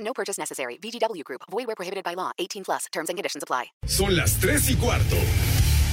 No purchase necessary. VGW Group. Void where prohibited by law. 18 plus. Terms and conditions apply. Son las 3 y cuarto.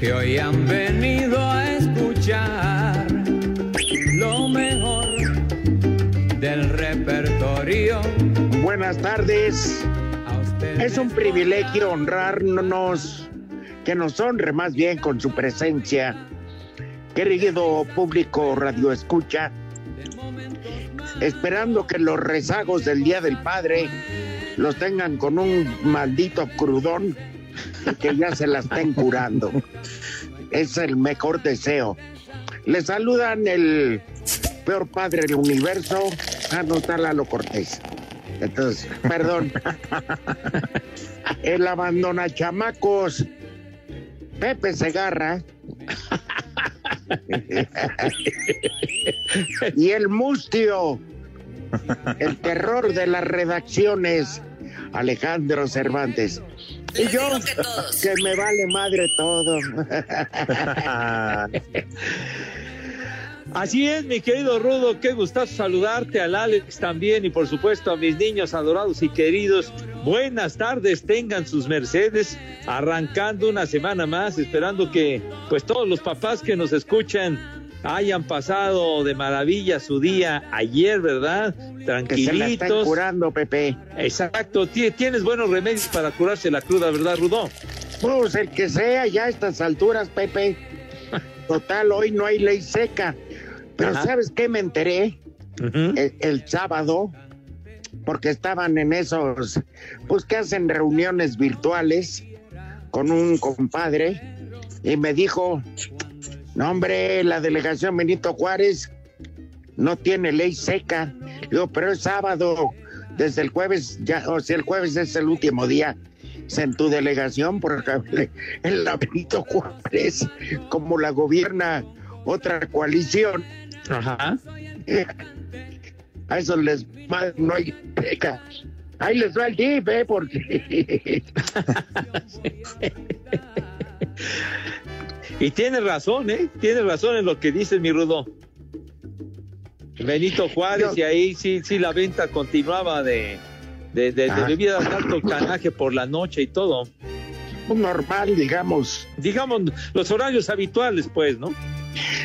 que hoy han venido a escuchar lo mejor del repertorio. Buenas tardes. A ustedes Es un privilegio honrarnos, que nos honre más bien con su presencia. Querido público radio escucha, esperando que los rezagos del Día del Padre los tengan con un maldito crudón y que ya se la estén curando. Es el mejor deseo. Les saludan el peor padre del universo, ah, a lo Cortés. Entonces, perdón. El abandona chamacos. Pepe Segarra. y el mustio. El terror de las redacciones. Alejandro Cervantes. Y yo, que me vale madre todo. Así es, mi querido Rudo, qué gustazo saludarte, al Alex también y por supuesto a mis niños adorados y queridos. Buenas tardes, tengan sus mercedes, arrancando una semana más, esperando que pues todos los papás que nos escuchan hayan pasado de maravilla su día ayer, ¿verdad? Que se la estén Tranquilitos. curando, Pepe. Exacto, ti- tienes buenos remedios para curarse la cruda, ¿verdad, Rudo? Pues el que sea, ya a estas alturas, Pepe. Total, hoy no hay ley seca. Pero Ajá. ¿sabes qué me enteré el, el sábado? Porque estaban en esos, pues que hacen reuniones virtuales con un compadre y me dijo, no hombre, la delegación Benito Juárez no tiene ley seca. Digo, pero es sábado, desde el jueves, ya, o sea, el jueves es el último día en tu delegación, porque el Benito Juárez, como la gobierna otra coalición, Eh, Ajá. a esos les ma- no hay seca. Ahí les va el tip, ¿eh? Porque Y tienes razón, ¿eh? Tienes razón en lo que dices, mi Rudo. Benito Juárez, Yo- y ahí sí, sí, la venta continuaba de, de, de, de Ah. bebidas de alto canaje por la noche y todo. normal, digamos. Digamos, los horarios habituales, pues, ¿no?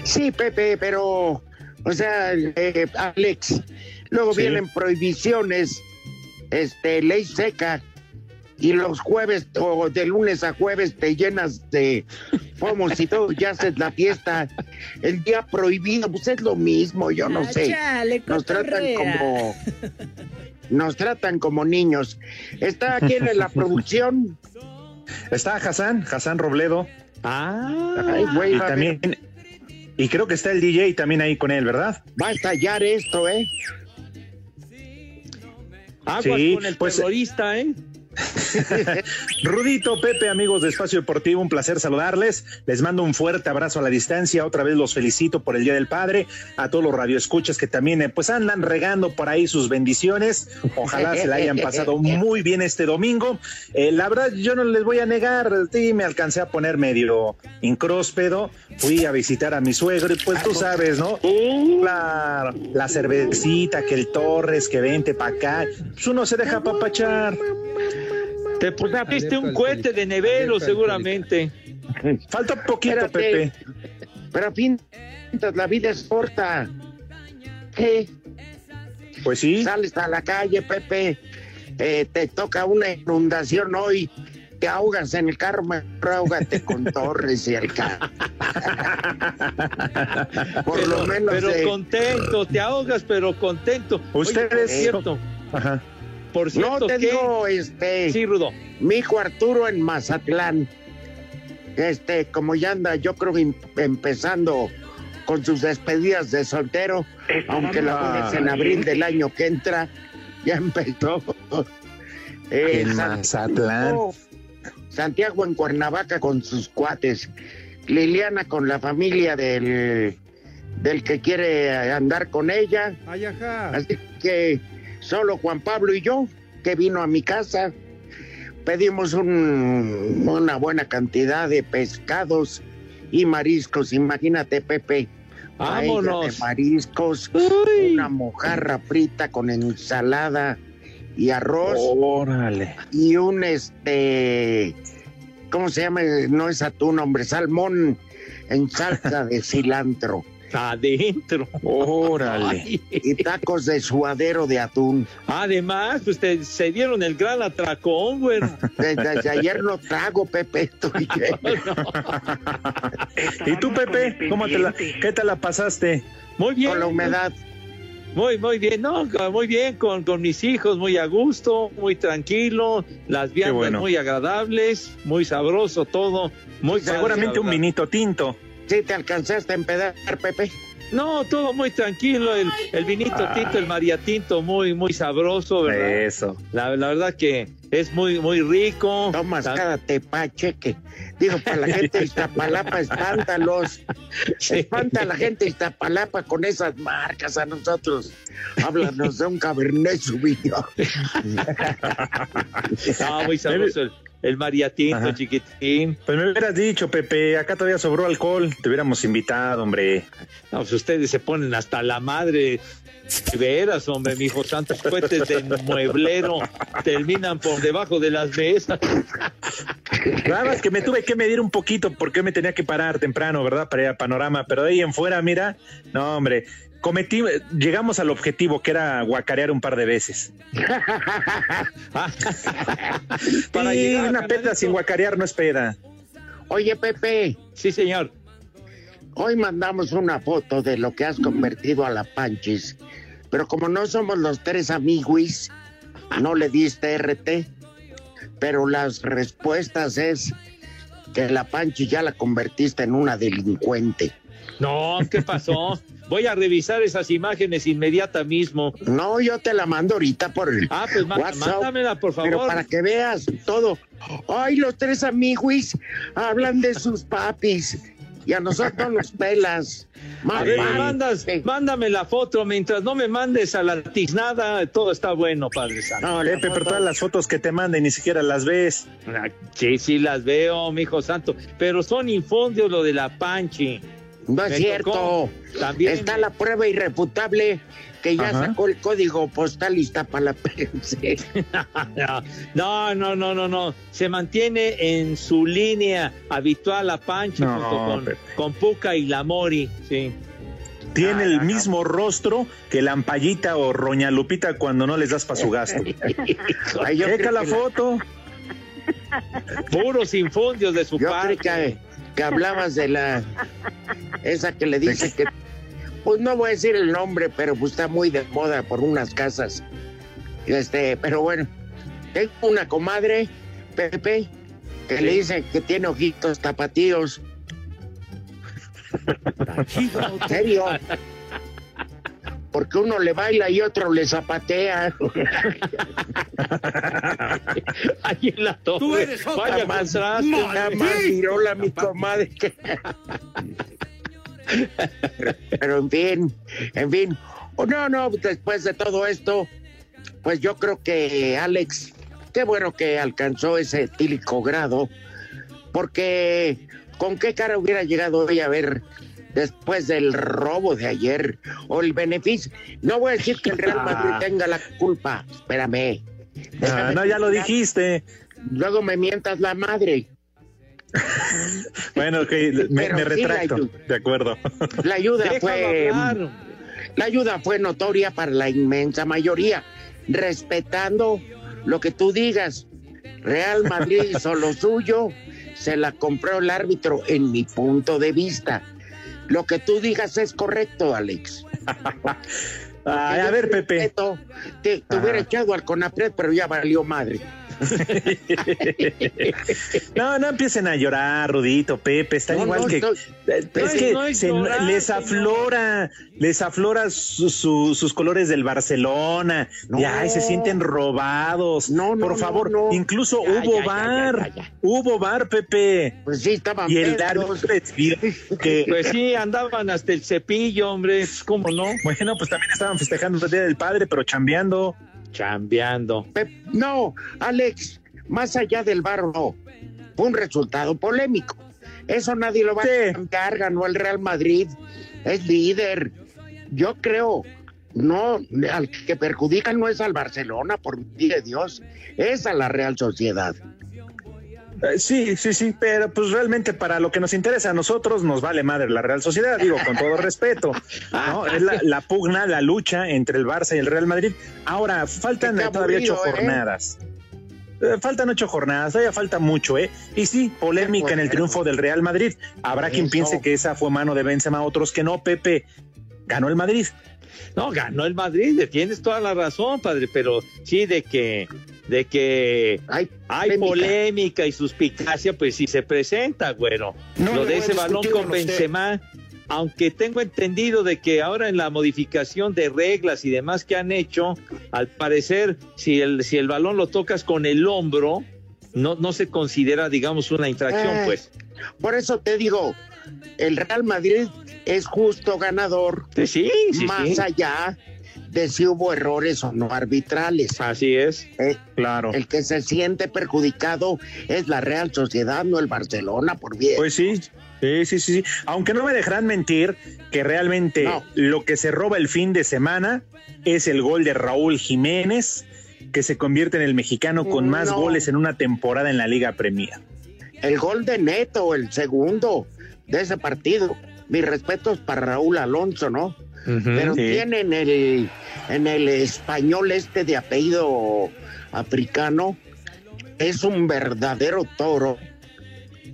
Sí, Pepe, pero, o sea, eh, Alex, luego Sí. vienen prohibiciones, este, ley seca, y los jueves o de lunes a jueves te llenas de pomos y todo, ya haces la fiesta, el día prohibido, pues es lo mismo, yo no Ah, sé. chale, Nos tratan cotorrea. como, nos tratan como niños. Está aquí en la producción. Está Hassan, Hassan Robledo. Ah, Ay, güey, y va a también. Y creo que está el DJ también ahí con él, ¿verdad? ver, va a estallar esto, ¿eh? aguas sí, con el pues- terrorista, ¿eh? Rudito, Pepe, amigos de Espacio Deportivo, un placer saludarles. Les mando un fuerte abrazo a la distancia. Otra vez los felicito por el Día del Padre. A todos los radioescuchas que también eh, pues andan regando por ahí sus bendiciones. Ojalá se la hayan pasado muy bien este domingo. Eh, la verdad, yo no les voy a negar, sí, me alcancé a poner medio incróspedo. Fui a visitar a mi suegro y pues tú sabes, ¿no? La, la cervecita, que el Torres, que vente para acá. Pues uno se deja papachar. Te pusiste un cohete de nevero, seguramente. Falta un poquito, Espérate. Pero a fin de cuentas, la vida es corta. ¿Qué? Pues sí. Sales a la calle, Pepe. eh, te toca una inundación hoy. Te ahogas en el carro, mejor ahógate con Torres y el carro. Por pero, lo menos. pero eh, contento, te ahogas, pero contento. Ustedes- Oye, por cierto. Ajá. Por cierto, no te que- digo, este. Sí, Rudo. mi hijo Arturo en Mazatlán. Este, como ya anda, yo creo que em- empezando con sus despedidas de soltero, aunque la mamá. una es en abril del año que entra, ya empezó. Eh, En San- Mazatlán. Oh, Santiago en Cuernavaca con sus cuates, Liliana con la familia del, del que quiere andar con ella. Así que solo Juan Pablo y yo, que vino a mi casa, pedimos un- una buena cantidad de pescados y mariscos. Imagínate, Pepe. paella Vámonos. De mariscos, una mojarra frita con ensalada y arroz Oh. Órale. y un este. ¿Cómo se llama? No es atún, hombre, salmón en salsa de cilantro Adentro. Órale. Ay. y tacos de suadero de atún. Además, pues te- se dieron el gran atracón, güey. Desde, desde ayer no trago, Pepe. Estoy lleno. ¿Y tú, Pepe? ¿Cómo te la, ¿Qué te la pasaste? Muy bien. con la humedad. Muy, muy bien. No, muy bien con, con mis hijos, muy a gusto, muy tranquilo. Las viandas bueno. muy agradables, muy sabroso todo. Muy padre, Seguramente la un verdad. vinito tinto. Sí, te alcanzaste a empedar, Pepe. No, todo muy tranquilo, el, el vinito Ah. tinto, el maría tinto, muy, muy sabroso, ¿verdad? Eso. La, la verdad que es muy, muy rico. Tomas La- cada tepacheque. Digo, para la gente de Iztapalapa, espántalos. Espanta a la gente de Iztapalapa con esas marcas a nosotros. Háblanos de un cabernet subido. No, muy sabroso, el, el maría tinto Ajá. chiquitín. Pues me hubieras dicho, Pepe, acá todavía sobró alcohol. Te hubiéramos invitado, hombre. No, pues ustedes se ponen hasta la madre. De veras, hombre, mijo, tantos cohetes de mueblero terminan por debajo de las mesas. Nada más que me tuve que medir un poquito porque me tenía que parar temprano, ¿verdad? Para ir a Panorama. Pero de ahí en fuera, mira. No, hombre. Cometí, llegamos al objetivo que era guacarear un par de veces. Para y llegar a una ganar peda eso. sin guacarear no es peda. Oye, Pepe, Sí, señor. hoy mandamos una foto de lo que has convertido a la Panchis. Pero como no somos los tres amiguis, no le diste RT. Pero las respuestas es que la Panchis ya la convertiste en una delincuente. No, ¿qué pasó? Voy a revisar esas imágenes inmediata mismo. No, yo te la mando ahorita por el Ah, pues má- WhatsApp. mándamela, por favor. Pero para que veas todo. Ay, los tres amiguis hablan de sus papis. Y a nosotros nos pelas. A Mal, ver, mal. me mandas, Sí. mándame la foto. Mientras no me mandes a la tiznada, todo está bueno, Padre Santo. No, la Pepe, pero foto- todas las fotos que te manden ni siquiera las ves. Ah, Sí, sí las veo, mijo santo. Pero son infundios lo de la panchi. No es Me cierto. tocó. También Está la prueba irrefutable que ya Ajá. sacó el código postal lista para la prensa. No, no, no, no, no. Se mantiene en su línea habitual la panchi No, junto con, Pepe. con Puca y la Mori. Sí. Tiene Ah, el no, no. mismo rostro que la ampallita o roña Lupita cuando no les das para su gasto. Ay, yo Checa creo la que- foto. Puros infundios de su Yo parte. creo que, que hablabas de la. Esa que le dice que. Pues no voy a decir el nombre, pero pues está muy de moda por unas casas. Este, pero bueno, tengo una comadre, Pepe, que le dice que tiene ojitos tapatíos. ¿En serio? Porque uno le baila y otro le zapatea. Ahí en la torre. Tú eres otra Vaya más, contraste. Nada más tiró la mi comadre. Pero en fin, en fin. Oh, no, no, después de todo esto, pues yo creo que Alex, qué bueno que alcanzó ese etílico grado, porque con qué cara hubiera llegado hoy a ver después del robo de ayer o el beneficio. No voy a decir que el Real Madrid tenga la culpa, espérame. Ah, Déjame no, ya lo terminar. dijiste. Luego me mientas la madre. Bueno, ok, me, Pero me sí la retracto. ayuda. De acuerdo. La ayuda Déjalo fue hablar. La ayuda fue notoria para la inmensa mayoría, respetando lo que tú digas. Real Madrid hizo lo suyo, se la compró el árbitro en mi punto de vista. Lo que tú digas es correcto, Alex. Ay, a Yo ver, Pepe. respeto, Te, te Ajá. hubiera echado al Conapred, pero ya valió madre. No, no empiecen a llorar, Rudito, Pepe. Están No, igual no, que. estoy- Eh, no es es- que no es se- llorar, les señor. aflora, les aflora su- su- sus colores del Barcelona. No. Ya, y se sienten robados. No, no, Por favor, no, no. incluso Ya, hubo ya, ya, bar. ya, ya, ya. Hubo bar, Pepe. Pues sí, estaban Y el pedos. árbitro decidió que. Pues sí, andaban hasta el cepillo, hombre. ¿Cómo no? Bueno, pues también estaban festejando el Día del Padre, pero chambeando. Chambeando. Pe- No, Alex, más allá del barro, Fue un resultado polémico. Eso nadie lo va Sí. a cambiar. Ganó el Real Madrid. Es líder. Yo creo, no, al que perjudican no es al Barcelona, por vida de Dios, es a la Real Sociedad. Eh, Sí, sí, sí, pero pues realmente para lo que nos interesa a nosotros nos vale madre la Real Sociedad, digo, con todo respeto. ¿no? Es la, la pugna, la lucha entre el Barça y el Real Madrid. Ahora, faltan Qué todavía ocho aburrido, ¿eh? jornadas. Eh, Faltan ocho jornadas, todavía falta mucho, ¿eh? Y sí, polémica en el Bueno. triunfo del Real Madrid. Habrá quien Eso. piense que esa fue mano de Benzema, otros que no, Pepe. Ganó el Madrid. No, ganó el Madrid, tienes toda la razón, padre, pero sí de que, de que Ay, hay Polémica. polémica y suspicacia, pues sí se presenta, güero. No Lo le voy de a ese balón discutir con con usted. Benzema, aunque tengo entendido de que ahora en la modificación de reglas y demás que han hecho, al parecer, si el, si el balón lo tocas con el hombro, no, no se considera, digamos, una infracción, Eh, Ah. pues. por eso te digo, el Real Madrid es justo ganador, Sí, sí, sí. más allá de si hubo errores o no arbitrales. Así es. Eh, Claro. El que se siente perjudicado es la Real Sociedad, no el Barcelona, por bien. Pues sí, sí, sí, sí. sí. Aunque no me dejarán mentir que realmente No. lo que se roba el fin de semana es el gol de Raúl Jiménez, que se convierte en el mexicano con más No. goles en una temporada en la Liga Premier. el gol de Neto, el segundo de ese partido. Mis respetos para Raúl Alonso, ¿no? Pero Mm, sí. tiene en el, en el español este de apellido africano, es un verdadero toro.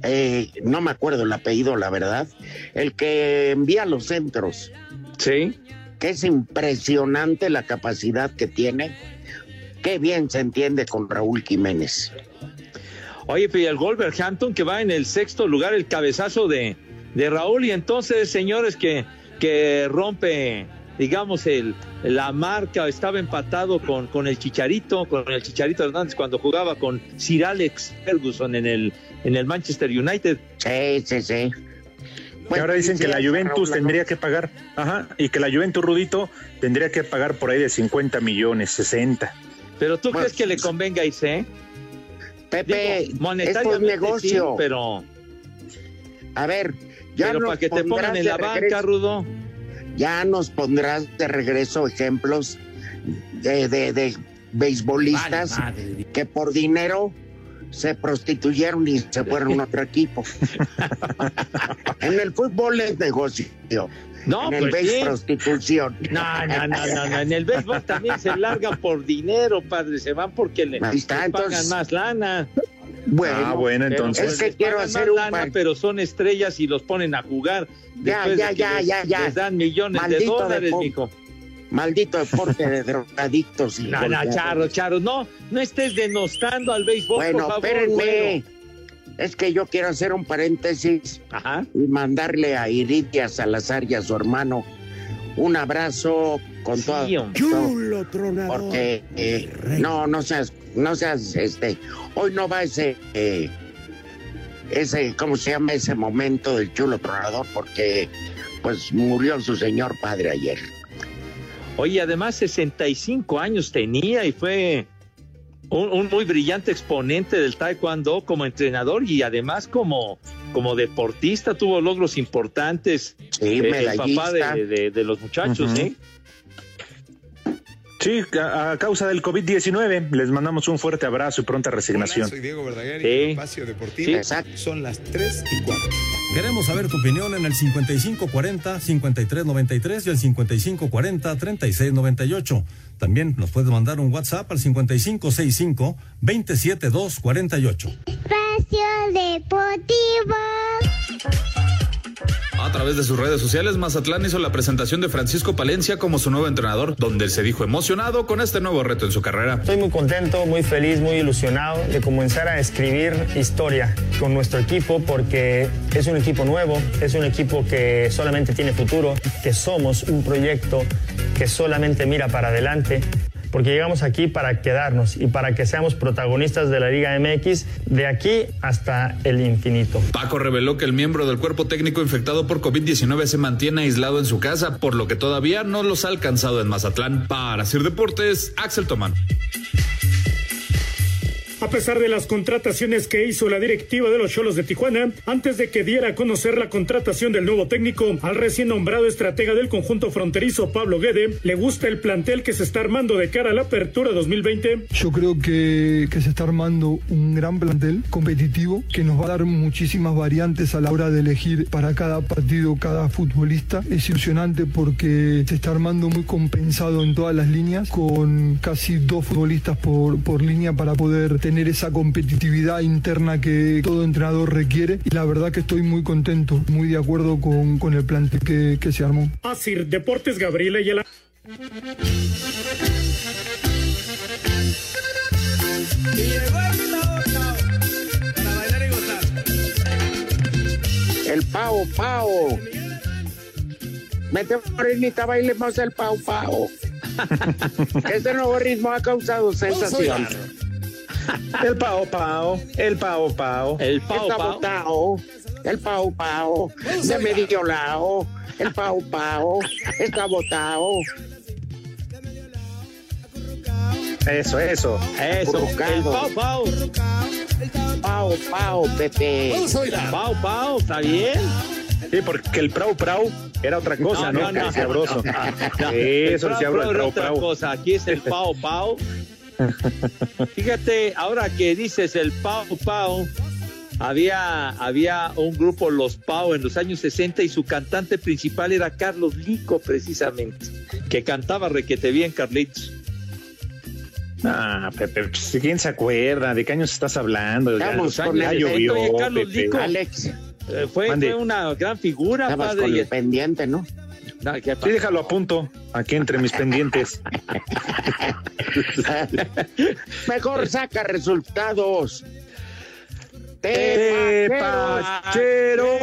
Eh, no me acuerdo el apellido, la verdad. El que envía los centros. Sí. que es impresionante la capacidad que tiene. Qué bien se entiende con Raúl Jiménez. Oye, pero y el Wolverhampton que va en el sexto lugar, el cabezazo de, de Raúl. Y entonces, señores, que, que rompe, digamos, el, la marca. Estaba empatado con, con el Chicharito, con el Chicharito Hernández cuando jugaba con Sir Alex Ferguson en el, en el Manchester United. Sí, sí, sí. que ahora dicen que la Juventus tendría que pagar, ajá, y que la Juventus Rudito tendría que pagar por ahí de 50 millones, 60. Pero tú Bueno, crees que le convenga irse, ¿eh? Pepe, Digo, esto es monetariamente negocio. sí, pero, A ver, ya pero nos para que te pondrás pongan en de la banca, regreso- Rudo. Ya nos pondrás de regreso ejemplos de, de, de beisbolistas que por dinero se prostituyeron y se fueron a otro equipo. en el fútbol es negocio. No, en el pues béis, sí. prostitución. No, no, no, no, no. En el béisbol también se largan por dinero, padre. Se van porque le Ahí está, les pagan entonces. más lana. Bueno, ah, bueno, Pero entonces. pues que les quiero pagan hacer más un lana, par- pero son estrellas y los ponen a jugar. Ya, Después de ya, que ya, les- ya, ya. Les dan millones de Maldito dólares, deporte. mijo. maldito deporte de drogadictos. y No, no, golpeadores. Charo, Charo, no, no estés denostando al béisbol, Bueno, por favor. espérenme. bueno. Es que yo quiero hacer un paréntesis Ajá. y mandarle a Iridia Salazar y a su hermano un abrazo con todo. Chulo, tronador. Porque eh, no, no seas, no seas, este, hoy no va ese, eh, ese, ¿cómo se llama ese momento del chulo tronador? Porque pues murió su señor padre ayer. Oye, además 65 años tenía y fue un, un muy brillante exponente del taekwondo como entrenador y además como, como deportista tuvo logros importantes. eh, Sí, el papá medallista. de, de- de los muchachos, Ujú. ¿eh? Sí, a, a causa del COVID-19 les mandamos un fuerte abrazo y pronta resignación. Soy Diego Verdaguer Sí. y en Espacio Deportivo. Sí, Son las 3 y 4. Queremos saber tu opinión en el 5540-5393 y el 5540-3698. También nos puedes mandar un WhatsApp al 5565-27248. Espacio Deportivo. A través de sus redes sociales, Mazatlán hizo la presentación de Francisco Palencia como su nuevo entrenador, donde él se dijo emocionado con este nuevo reto en su carrera. Estoy muy contento, muy feliz, muy ilusionado de comenzar a escribir historia con nuestro equipo porque es un equipo nuevo, es un equipo que solamente tiene futuro, que somos un proyecto que solamente mira para adelante. Porque llegamos aquí para quedarnos y para que seamos protagonistas de la Liga MX de aquí hasta el infinito. Paco reveló que el miembro del cuerpo técnico infectado por COVID-19 se mantiene aislado en su casa, por lo que todavía no los ha alcanzado en Mazatlán. Para Sir Deportes, Axel Tomán. A pesar de las contrataciones que hizo la directiva de los Cholos de Tijuana, antes de que diera a conocer la contratación del nuevo técnico, al recién nombrado estratega del conjunto fronterizo Pablo Guede, le gusta el plantel que se está armando de cara a la apertura 2020. Yo creo que, que se está armando un gran plantel competitivo que nos va a dar muchísimas variantes a la hora de elegir para cada partido, cada futbolista. Es ilusionante porque se está armando muy compensado en todas las líneas, con casi dos futbolistas por, por línea para poder tener esa competitividad interna que todo entrenador requiere. Y la verdad que estoy muy contento, muy de acuerdo con, con el plantel que, que se armó. Asir Deportes Gabriela Ayala. El pao, pao. Mete morenita, bailemos el pao, pao. este nuevo ritmo ha causado sensación. El pao pao, el pao pao, el pao pao. El pao pao, de medio lado, el pao pao, está botao. Eso, eso. Eso, el Pau Pau. Pau Pau, Pepe. Pau Pau, ¿está bien? Sí, porque el prau prau era otra cosa, ¿no? Que decía Broso. No, el Eso Pau decía Pau Broso, era el prau otra prau. cosa. Aquí es el Pau Pau. Fíjate, ahora que dices el Pau Pau, había, había un grupo Los Pau en los años 60 y su cantante principal era Carlos Lico, precisamente, que cantaba requete bien, Carlitos. Ah, Pepe, pues, ¿quién se acuerda? ¿De qué años estás hablando? Ya, Estamos los con años, ya el- llovió, Oye, Carlos Pepe. Lico. Alex. Eh, fue, Mande. fue una gran figura, Estabas padre. con y- el pendiente, ¿no? No, ¿qué Sí, pasa? déjalo a punto, aquí entre mis pendientes. Mejor saca resultados.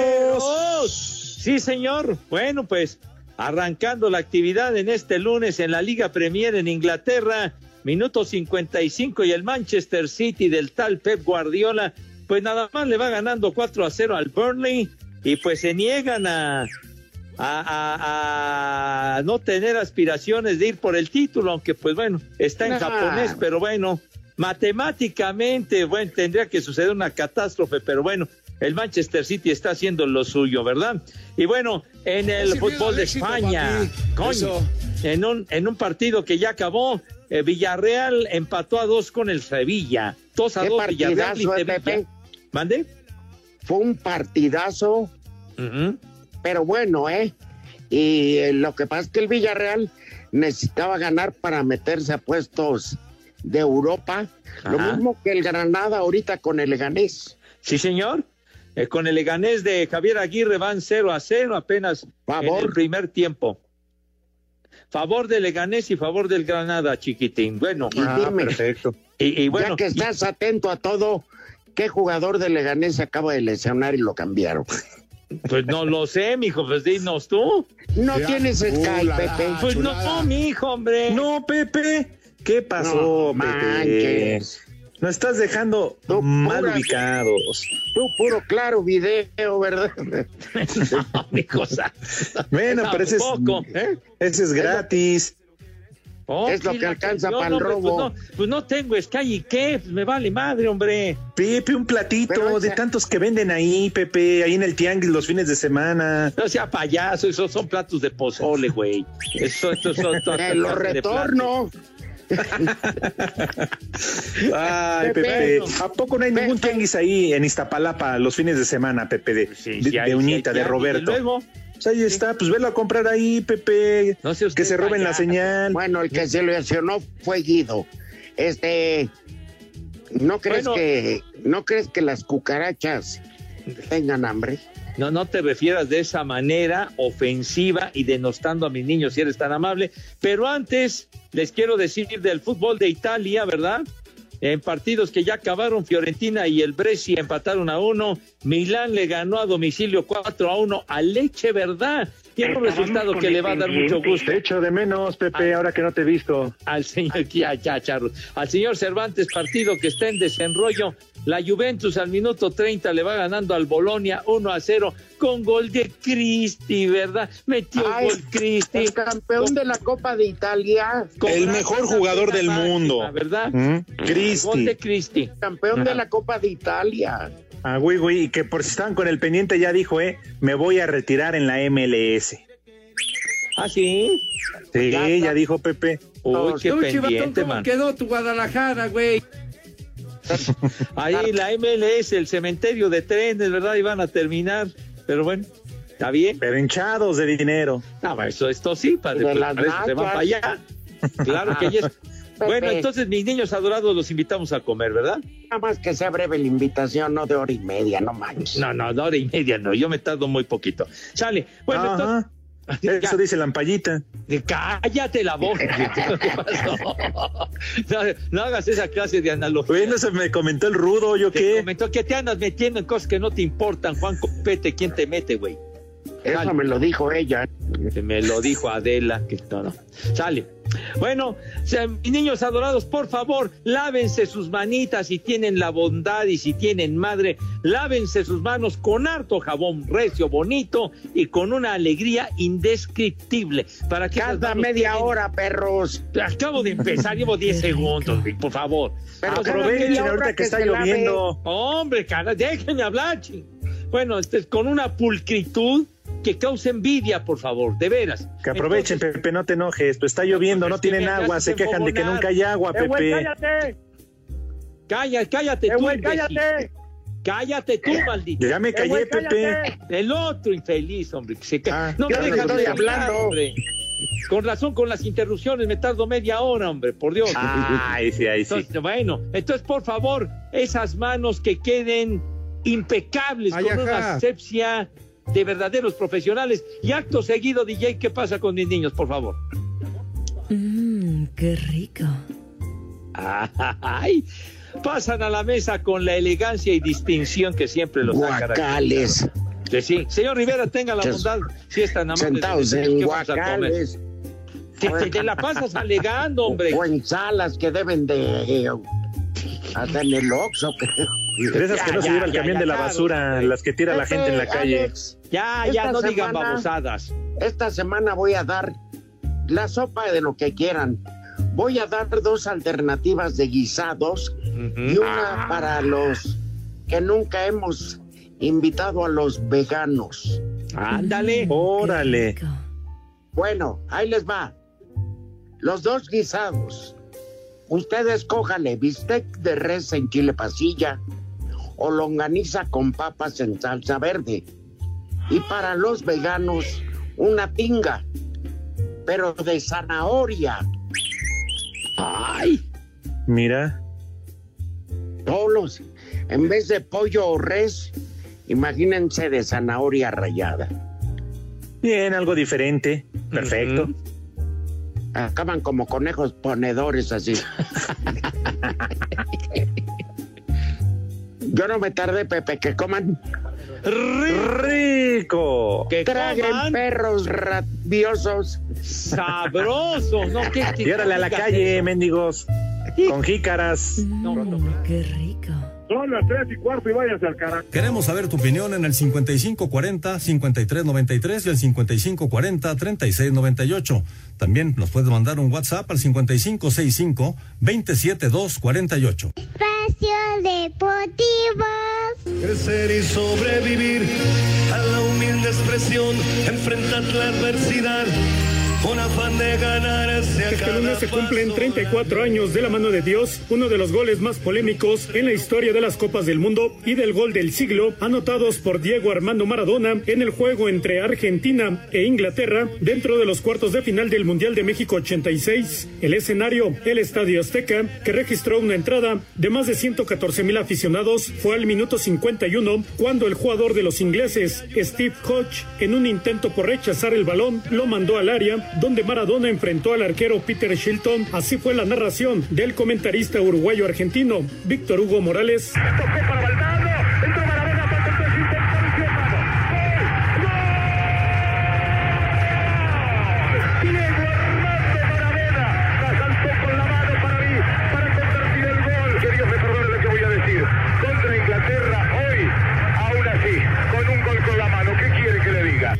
Tepacheros. Sí, señor. Bueno, pues arrancando la actividad en este lunes en la Liga Premier en Inglaterra, minuto 55 y el Manchester City del tal Pep Guardiola, pues nada más le va ganando 4 a 0 al Burnley y pues se niegan a, a- a- a no tener aspiraciones de ir por el título, aunque pues bueno, está en Nah. japonés, pero bueno, matemáticamente, bueno, tendría que suceder una catástrofe, pero bueno, el Manchester City está haciendo lo suyo, ¿verdad? Y bueno, en el Pues Ese fútbol miedo al de éxito, España, papi. coño, Eso. en un, en un partido que ya acabó, eh, Villarreal empató a dos con el Sevilla, dos a Qué dos Villarreal y partidazo, eh, Sevilla. Pepe. ¿Mande? Fue un partidazo, Ujú. pero bueno, ¿eh? Y eh, lo que pasa es que el Villarreal necesitaba ganar para meterse a puestos de Europa. Lo Ajá. mismo que el Granada ahorita con el Leganés. Sí, señor. Eh, con el Leganés de Javier Aguirre van 0 a 0 apenas en el primer tiempo. Favor del Leganés y favor del Granada, chiquitín. Bueno, Y Ah, dime. perfecto. Y, y bueno, ya que estás atento a todo, ¿qué jugador de Leganés se acaba de lesionar y lo cambiaron? Pues no lo sé, mijo, pues dinos tú. No ya. tienes Skype, uh, la, Pepe. La, pues chulada. no, mijo, hombre. No, Pepe. ¿Qué pasó, no, Pepe? Nos estás dejando tú mal pura, ubicados. Tú puro claro video, ¿verdad? no, mi cosa. Bueno, pero ese es, ¿eh? ese es gratis. Oh, es lo que alcanza para el robo. Pues no, pues no tengo Sky y qué, pues me vale madre, hombre. Pepe, un platito esa... de tantos que venden ahí, Pepe, ahí en el tianguis los fines de semana. No sea payaso, esos son platos de pozole, güey. Eso, esos son eh, los retorno. Ay, Pepe, ¿a poco no hay ningún tianguis ahí en Iztapalapa los fines de semana, Pepe, de, sí, sí, de, hay, de Uñita, sí, de Roberto? luego, pues ahí está, pues velo a comprar ahí, Pepe. No sé que se roben allá. la señal. Bueno, el que se lesionó fue Guido. Este, ¿no crees bueno, que no crees que las cucarachas tengan hambre? No, no te refieras de esa manera ofensiva y denostando a mis niños si eres tan amable. Pero antes les quiero decir del fútbol de Italia, ¿verdad? En partidos que ya acabaron, Fiorentina y el Brescia empataron a uno. Milán le ganó a domicilio 4 a 1 a Leche, ¿verdad? Tiene un resultado que le va a dar mucho gusto. Te echo de menos, Pepe, al, ahora que no te he visto. Al señor, ya, ya, Charro, al señor Cervantes, partido que está en desenrollo. La Juventus al minuto 30 le va ganando al Bolonia 1 a 0 con gol de Cristi, ¿verdad? Metió Ay, gol Cristi. El campeón con, de la Copa de Italia. El mejor jugador del máxima, mundo. ¿Verdad? ¿Mm? Cristi. Gol de Cristi. Campeón Ajá. de la Copa de Italia. Ah, güey, güey, que por si estaban con el pendiente ya dijo, eh, me voy a retirar en la MLS. ¿Ah, sí? Sí, Pues ya, ya dijo Pepe. Uy, qué Uy, pendiente, ¿cómo man? quedó tu Guadalajara, güey? Ahí la MLS, el cementerio de trenes, ¿verdad? Iban a terminar, pero bueno, está bien. Pero hinchados de dinero. Ah, eso, esto sí, padre, pues, las eso se van para allá. Claro que yes. Bueno, entonces mis niños adorados los invitamos a comer, ¿verdad? Nada más que sea breve la invitación, no de hora y media, no manches. No, no, de hora y media no, yo me tardo muy poquito. Sale, bueno, Ajá. entonces... Eso dice Lampallita. Cállate la boca. no, no, hagas esa clase de analogía. Bueno, se me comentó el rudo, ¿yo te qué? comentó que te andas metiendo en cosas que no te importan, Juan Copete. ¿Quién te mete, güey? Eso Sale. me lo dijo ella. Me lo dijo Adela. Que, no, no. Sale. Bueno, niños adorados, por favor, lávense sus manitas si tienen la bondad y si tienen madre, lávense sus manos con harto jabón recio, bonito y con una alegría indescriptible. Para que Cada media tienen... hora, perros. Acabo de empezar, llevo 10 segundos, por favor. Pero aprovechen ahorita que, que está lloviendo. Hombre, cara, déjenme hablar, ching. Bueno, este, con una pulcritud que cause envidia, por favor, de veras. Que aprovechen, Entonces, Pepe, no te enojes, pues está lloviendo, no tienen agua, se quejan embobonar. de que nunca hay agua, Pepe. Eh, Güey, cállate. Cállate, cállate tú, güey, cállate. Cállate tú, maldito. Yo ya me callé, güey, Pepe. El otro infeliz, hombre. Que se ca... ah, no me dejas de hablar, hombre. Con razón, con las interrupciones, me tardo media hora, hombre, por Dios. Ay, sí, ahí sí. Entonces, bueno, entonces, por favor, esas manos que queden impecables, Ay, con ajá. una asepsia de verdaderos profesionales. Y acto seguido, DJ, ¿qué pasa con mis niños, por favor? Mmm, qué rico. Ay, pasan a la mesa con la elegancia y distinción que siempre los guacales. han caracterizado. Sí, sí. Señor Rivera, tenga la bondad, si es tan amable. Sentados de decir, en guacales. Te, te, te, la pasas alegando, hombre. O en salas que deben de... eh, Hasta en el Oxxo, creo. De esas ya, que no ya, se lleva el camión ya, de la basura, claro, las que tira este, la gente en la calle. Alex, ya, ya, no semana, digan babosadas. Esta semana voy a dar la sopa de lo que quieran. Voy a dar dos alternativas de guisados uh -huh. y una ah. para los que nunca hemos invitado a los veganos. Ándale. Órale. Bueno, ahí les va. Los dos guisados. Ustedes cójale bistec de res en chile pasilla, o longaniza con papas en salsa verde. Y para los veganos, una pinga, pero de zanahoria. ¡Ay! Mira. Todos, en vez de pollo o res, imagínense de zanahoria rallada. Bien, algo diferente. Perfecto. Mm -hmm acaban como conejos ponedores así. Yo no me tardé, Pepe, que coman rico. Que traguen perros rabiosos. Sabrosos, ¿no? ¿Qué, qué- Y órale a la qué- calle, mendigos. Con jícaras. Qué rico. Son las tres y cuarto y váyanse al carajo. Queremos saber tu opinión en el 5540-5393 y el 5540-3698. También nos puedes mandar un WhatsApp al 5565-27248. Espacio Deportivo. Crecer y sobrevivir a la humilde expresión, enfrentar la adversidad con afán de ganar hacia Este lunes se cumplen 34 años de la mano de Dios, uno de los goles más polémicos en la historia de las Copas del Mundo y del gol del siglo, anotados por Diego Armando Maradona en el juego entre Argentina e Inglaterra dentro de los cuartos de final del Mundial de México 86. El escenario, el Estadio Azteca, que registró una entrada de más de 114 mil aficionados, fue al minuto 51 cuando el jugador de los ingleses, Steve Hodge, en un intento por rechazar el balón, lo mandó al área, donde Maradona enfrentó al arquero Peter Shilton. Así fue la narración del comentarista uruguayo-argentino, Víctor Hugo Morales.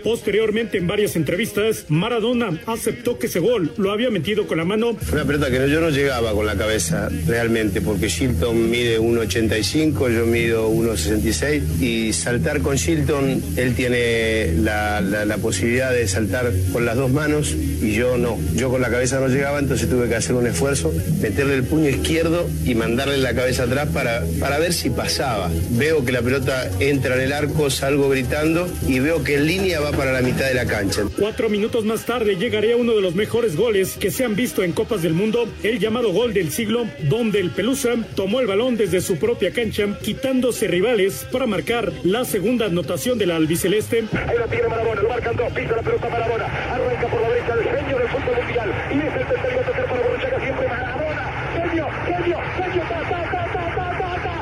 Posteriormente, en varias entrevistas, Maradona aceptó que ese gol lo había metido con la mano Una pelota que no- yo no llegaba con la cabeza realmente, porque Shilton mide 1,85, yo mido 1,66 y saltar con Shilton, él tiene la, la- la posibilidad de saltar con las dos manos y yo no. Yo con la cabeza no llegaba, entonces tuve que hacer un esfuerzo, meterle el puño izquierdo y mandarle la cabeza atrás para, para ver si pasaba. Veo que la pelota entra en el arco, salgo gritando y veo que en línea va para la mitad de la cancha. Cuatro minutos más tarde llegaría uno de los mejores goles que se han visto en Copas del Mundo, el llamado gol del siglo, donde el Pelusa tomó el balón desde su propia cancha, quitándose rivales para marcar la segunda anotación de la albiceleste. Ahí la tiene Marabona, lo marcan dos, pisa la pelota Marabona, arranca por la derecha el genio del fútbol mundial y es el tercero a tocar para Borruchaga siempre Marabona, genio, genio, genio, ta, ta, ta, ta, ta, ta, ta.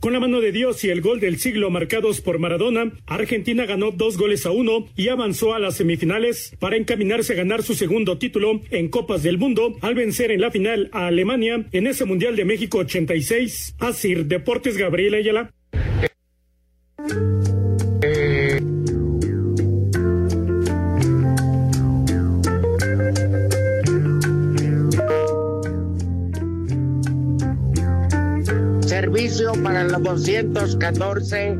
Con la mano de Dios y el gol del siglo marcados por Maradona, Argentina ganó dos goles a uno y avanzó a las semifinales para encaminarse a ganar su segundo título en Copas del Mundo al vencer en la final a Alemania en ese Mundial de México 86. Así, Deportes Gabriela Ayala. Servicio para los 214.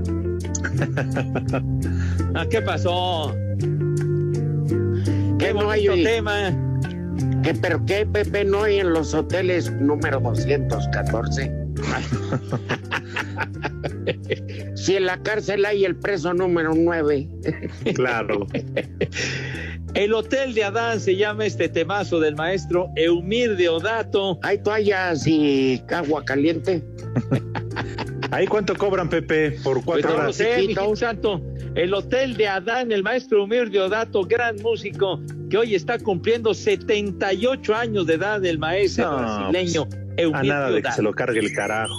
Ah, ¿Qué pasó? Que no hay tema. Que, pero qué, Pepe, no hay en los hoteles número 214. si en la cárcel hay el preso número 9. Claro. El hotel de Adán se llama este temazo del maestro Eumir Deodato. Hay toallas y agua caliente. ¿Ahí cuánto cobran, Pepe, por Pues cuatro no lo horas? sé, mijito santo. El hotel de Adán, el maestro Humir Deodato, gran músico, que hoy está cumpliendo 78 años de edad, el maestro No, brasileño pues, a Eumir nada de que Deodato. se lo cargue el carajo.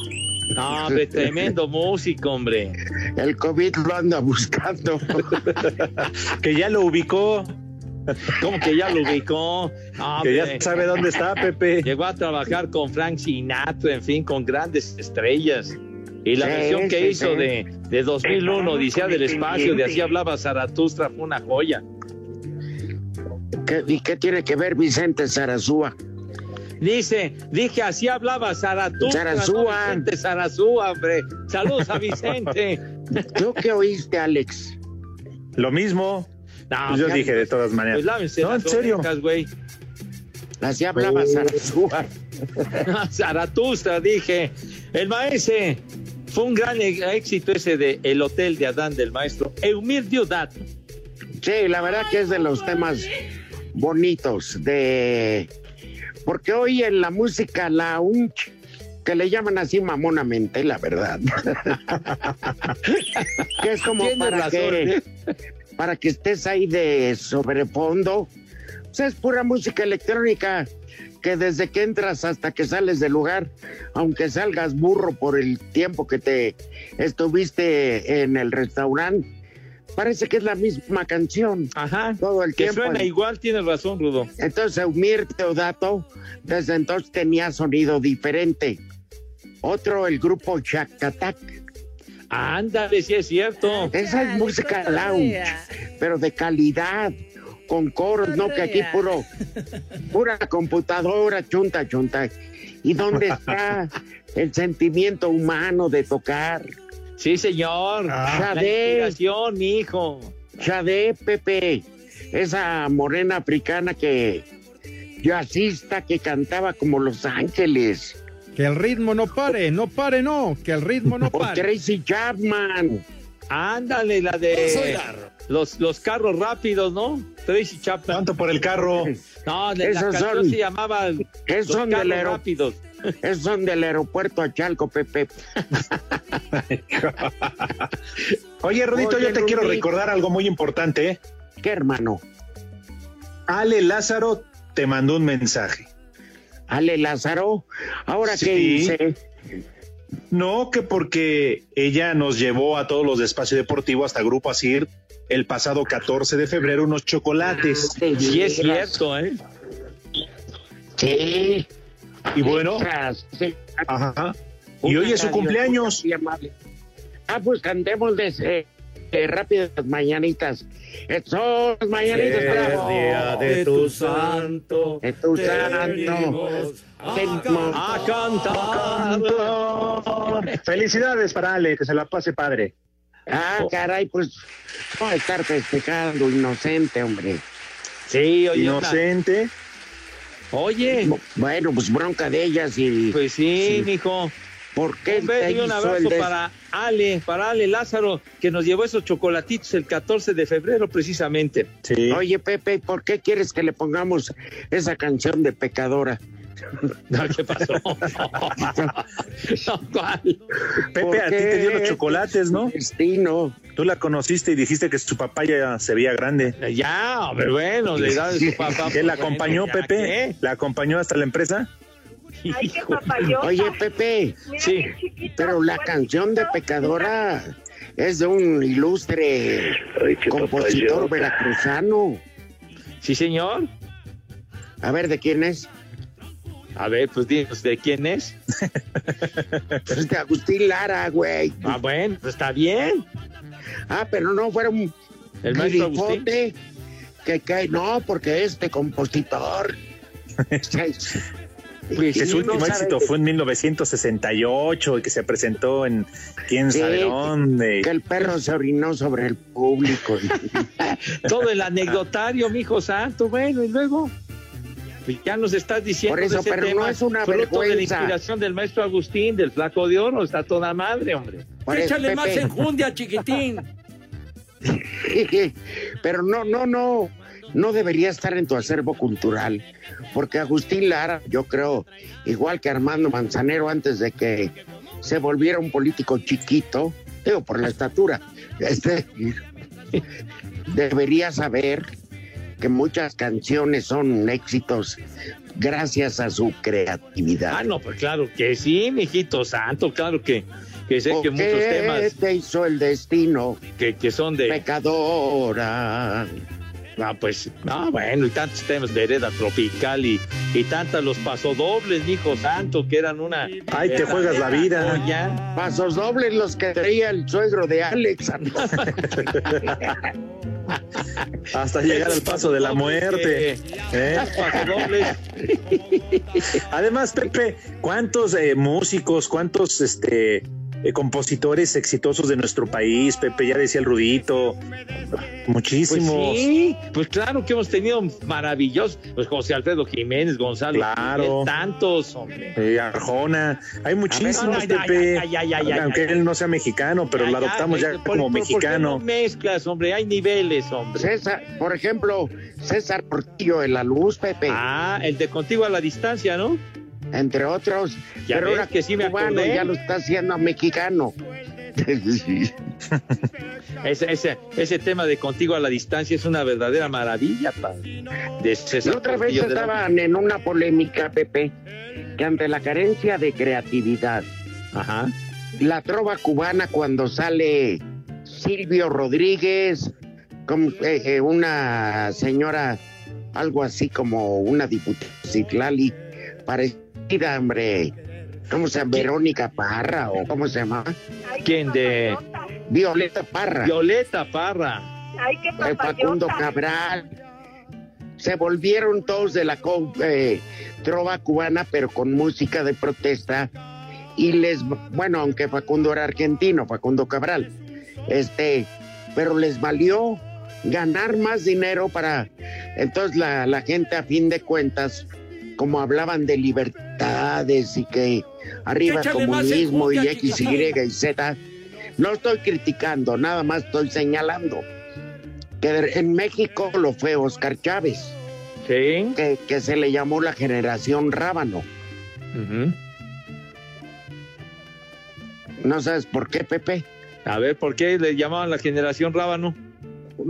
No, hombre, tremendo músico, hombre. El COVID lo anda buscando. que ya lo ubicó. ¿Cómo que ya lo ubicó? No, Que ya hombre. sabe dónde está, Pepe. Llegó a trabajar con Frank Sinatra, en fin, con grandes estrellas. Y la Sí, versión que sí, hizo sí. de, de 2001, Odisea "Ah, del Espacio, de Así hablaba Zaratustra, fue una joya. ¿Qué- ¿Y qué tiene que ver Vicente Zarazúa? Dice, dije, así hablaba Zaratustra. Zarazúa. no Vicente Zarazúa, hombre. Saludos a Vicente. ¿Tú qué oíste, Alex? Lo mismo. Pues yo ya- dije de todas maneras. Ah, Pues lávense no, en las serio. orejas, güey. Así hablaba Uh. Zarazúa. Zaratustra, dije. El maestro. Fue un gran e- éxito ese de El Hotel de Adán del maestro Eumir Diodato. Sí, la verdad que es de los temas bonitos de porque hoy en la música lounge que le llaman así mamonamente, la verdad. que es como Tienes para razón, ¿eh? que para Pues que estés ahí de sobrefondo. O sea, es pura música electrónica porque desde que entras hasta que sales del lugar, aunque salgas burro por el tiempo que te estuviste en el restaurante, parece que es la misma canción. Ajá. Todo el Que tiempo. suena igual, tienes razón, Rudo. Entonces, Eumir Teodato, desde entonces tenía sonido diferente. Otro, el grupo Chacatac. Ándale, sí es cierto. Esa es música lounge, pero de calidad, con coros, no que aquí Órale. puro, pura computadora, chunta, chunta. ¿Y dónde está el sentimiento humano de tocar? Sí, señor. La Sade, inspiración, hijo. Sade, Pepe, esa morena africana que yo asista, que cantaba como Los Ángeles. Que el ritmo no pare, no pare, no. Que el ritmo no O pare. Tracy Chapman. Ándale, la de los, los carros rápidos, ¿no? Tracy Chapman. ¿Cuánto por el carro? No, de- la Esos canción son- se llamaba Los Esos son del carros aero- rápidos. esos son del aeropuerto a Chalco, Pepe. Oye, Rudito, Oye, yo te quiero Rudito. recordar algo muy importante. ¿eh? ¿Qué, hermano? Ale Lázaro te mandó un mensaje. Ale Lázaro, ahora Sí. qué hice. No, que porque ella nos llevó a todos los de Espacio Deportivo hasta Grupo Asir el pasado 14 de febrero unos chocolates. Ah, Ah, Sí, es cierto, ¿eh? Sí. Ah, Y bueno, Tras- ajá. Y hoy es su Radio cumpleaños. muy amable. Ah, pues cantemos desde eh, rápidas mañanitas. Son mañanitas, bravo. santo, de tu santo. Venimos Ah, a cantar. Felicidades para Ale, que se la pase padre. Ah, caray, pues no estar festejando, inocente, hombre. Sí, oye, Inocente. Oye. Bueno, pues bronca de ellas y. Pues sí, mijo. ¿Por qué Un beso te y un hizo abrazo el des- para Ale, para Ale Lázaro, que nos llevó esos chocolatitos el 14 de febrero precisamente. Sí. Oye, Pepe, ¿por qué quieres que le pongamos esa canción de pecadora? ¿Qué pasó? No, ¿cuál? Pepe, a ti te dio los chocolates, ¿no? Destino. Tú la conociste y dijiste que su papá ya se veía grande. Ya, pero bueno, la edad de su papá. ¿Que la pues, acompañó, bueno, ya, Pepe? ¿qué? ¿La acompañó hasta la empresa? Oye, Pepe. Sí. Pero la canción de Pecadora es de un ilustre compositor veracruzano. Sí, señor. A ver, ¿de quién es? A ver, pues dinos, ¿de quién es? Es de Agustín Lara, güey. Ah, bueno, pues está bien. Ah, pero no fuera un El maestro grifote que cae. No, porque este compositor. Pues, Pues que su último éxito fue en 1968 y que se presentó en quién Sí, sabe que- dónde. Que el perro se orinó sobre el público. Todo el anecdotario, mijo santo, bueno, y luego. pues ya nos estás diciendo Por eso, de ese pero tema, no es una fruto de la vergüenza. inspiración del maestro Agustín, del flaco de oro, está toda madre, hombre. Por eso, Échale más Pepe. enjundia, chiquitín. Pero no, no, no, no debería estar en tu acervo cultural, porque Agustín Lara, yo creo, igual que Armando Manzanero antes de que se volviera un político chiquito, digo, por la estatura, este, debería saber que muchas canciones son éxitos gracias a su creatividad. Ah, no, pues claro que sí, mijito santo, claro que, que sé que ¿Por muchos qué temas te hizo el destino, que, que son de. pecadora? Ah, pues, ah, bueno, y tantos temas de hereda tropical y, y tantas los pasodobles, mijo santo, que eran una. Ay, te juegas la vida. Ya. Pasos dobles los que traía el suegro de Alex. Hasta llegar al paso de la muerte. ¿eh? Pasodobles. Además, Pepe, ¿cuántos eh, músicos, cuántos este eh, compositores exitosos de nuestro país? Pepe, ya decía el Rudito. Pues Muchísimos. sí, pues claro que hemos tenido maravillosos, pues José Alfredo Jiménez, Gonzalo, Claro. Jiménez, tantos, hombre. eh, Arjona, hay muchísimos, ay, ay, Pepe. ay, ay, ay, ay, aunque ay, él no sea mexicano, pero lo adoptamos ya, güey, por- como pero ¿por qué mexicano. no mezclas, hombre, hay niveles, hombre. César, por ejemplo, César Portillo de la Luz, Pepe, Ah, el de contigo a la distancia, ¿no? entre otros. Ya ves ahora que sí me cubano acordé. ya lo está haciendo mexicano. ese, ese, ese tema de contigo a la distancia es una verdadera maravilla, padre. De Y César otra vez Portillo de la- estaban en una polémica, Pepe, que ante la carencia de creatividad, la trova cubana cuando sale Silvio Rodríguez, con, eh, eh, una señora, algo así como una diputada de Citlali, parecida, hombre. ¿Cómo se llama? Verónica Parra o cómo se llama? ¿Quién de? Violeta Parra. Violeta Parra. Ay, qué Eh, papayota. Facundo Cabral. Se volvieron todos de la co- eh, trova cubana, pero con música de protesta. Y les, bueno, aunque Facundo era argentino, Facundo Cabral, este, pero les valió ganar más dinero para. Entonces la, la gente, a fin de cuentas, como hablaban de libertades y que arriba Échale más comunismo y enjundia, X, Y chiquillo. y Z, no estoy criticando, nada más estoy señalando que de- en México lo fue Oscar Chávez. Que, que se le llamó la generación Rábano. ¿No sabes por qué, Pepe? A ver, ¿por qué le llamaban la generación Rábano?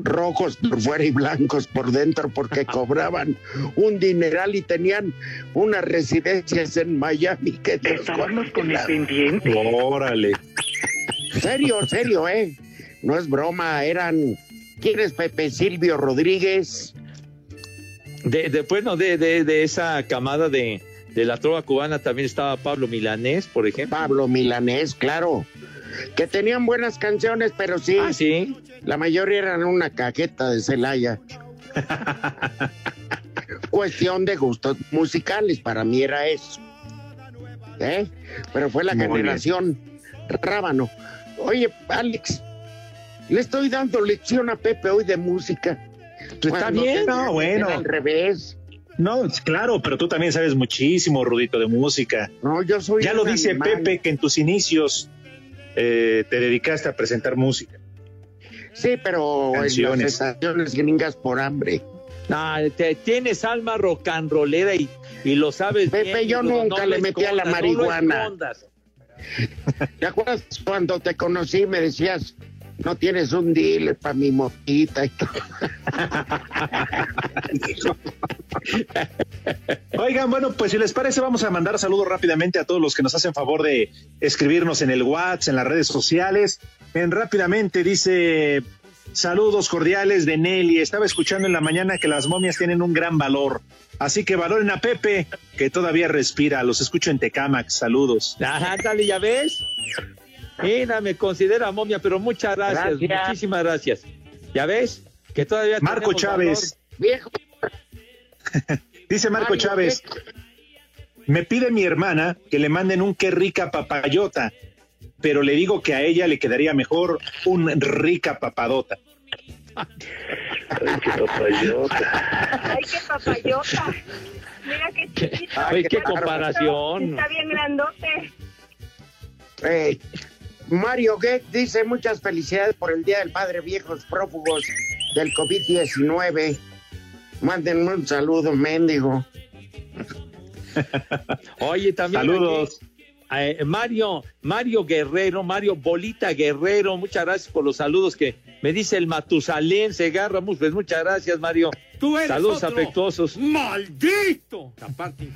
Rojos por fuera y blancos por dentro porque cobraban un dineral y tenían unas residencias en Miami que Estábamos con el pendiente. Órale. Serio, serio, ¿eh? No es broma, eran... ¿Quién es Pepe Silvio Rodríguez? De, de, bueno, de, de, de esa camada de, de la trova cubana también estaba Pablo Milanés, por ejemplo. Pablo Milanés, claro. Que tenían buenas canciones, pero sí. Ah, La mayoría eran una cajeta de Celaya. Cuestión de gustos musicales, para mí era eso. ¿Eh? Pero fue la Muy bien. generación Rábano. Oye, Alex, le estoy dando lección a Pepe hoy de música. está Cuando bien, tendría no, que bueno. ser Al revés. No, es claro, pero tú también sabes muchísimo, Rudito, de música. No, yo soy. Ya lo un dice animal. Pepe que en tus inicios eh, te dedicaste a presentar música. Sí, pero en las Canciones. estaciones gringas por hambre. Ah, te- tienes alma rock and rollera y, y lo sabes Pepe, bien, yo Rudo, nunca no le lo metí a la escondas, no lo marihuana. escondas. ¿Te acuerdas cuando te conocí me decías, no tienes un deal para mi motita y todo? Oigan, bueno, pues si les parece, vamos a mandar saludos rápidamente a todos los que nos hacen favor de escribirnos en el WhatsApp, en las redes sociales. En rápidamente dice saludos cordiales de Nelly. Estaba escuchando en la mañana que las momias tienen un gran valor. Así que valoren a Pepe, que todavía respira. Los escucho en Tecamax. Saludos. Ah, Ándale, ya ves. Mira, me considera momia, pero muchas gracias, Gracias. muchísimas gracias. Ya ves que todavía Marco tenemos Chávez. Viejo, Dice Marco Mario, Chávez. Me pide mi hermana que le manden un qué rica papayota, pero le digo que a ella le quedaría mejor un rica papadota. Ay, qué papayota. Mira qué chiquita. Ay, qué comparación. Está bien grandote. eh, Mario Guet dice muchas felicidades por el Día del Padre Viejos Prófugos del COVID-19. Mándenme un saludo, mendigo. valor. Oye, también. Saludos. aquí, eh, Mario, Mario Guerrero, Mario Bolita Guerrero, muchas gracias por los saludos que me dice el Matusalén Segarra. mu- Pues muchas gracias, Mario. Tú eres saludos otro. afectuosos. ¡Maldito! Aparte,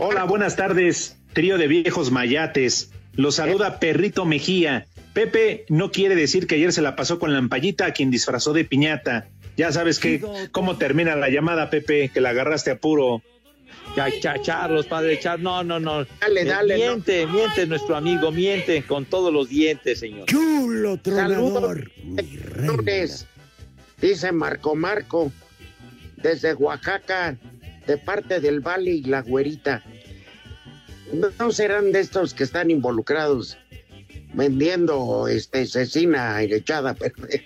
Hola, buenas tardes, trío de viejos mayates. Los saluda Perrito Mejía. Pepe no quiere decir que ayer se la pasó con Lampallita, a quien disfrazó de piñata. Ya sabes que cómo termina la llamada, Pepe, que la agarraste a puro. Ya, cha- charlos, padre Char. No, no, no. Dale, dale, Miente, miente nuestro amigo, miente con todos los dientes, señor. Chulo Saludos, tronador. señores. dice Marco Marco, desde Oaxaca, de parte del Vale y la Güerita. No- No serán de estos que están involucrados vendiendo este cecina y echada a perder.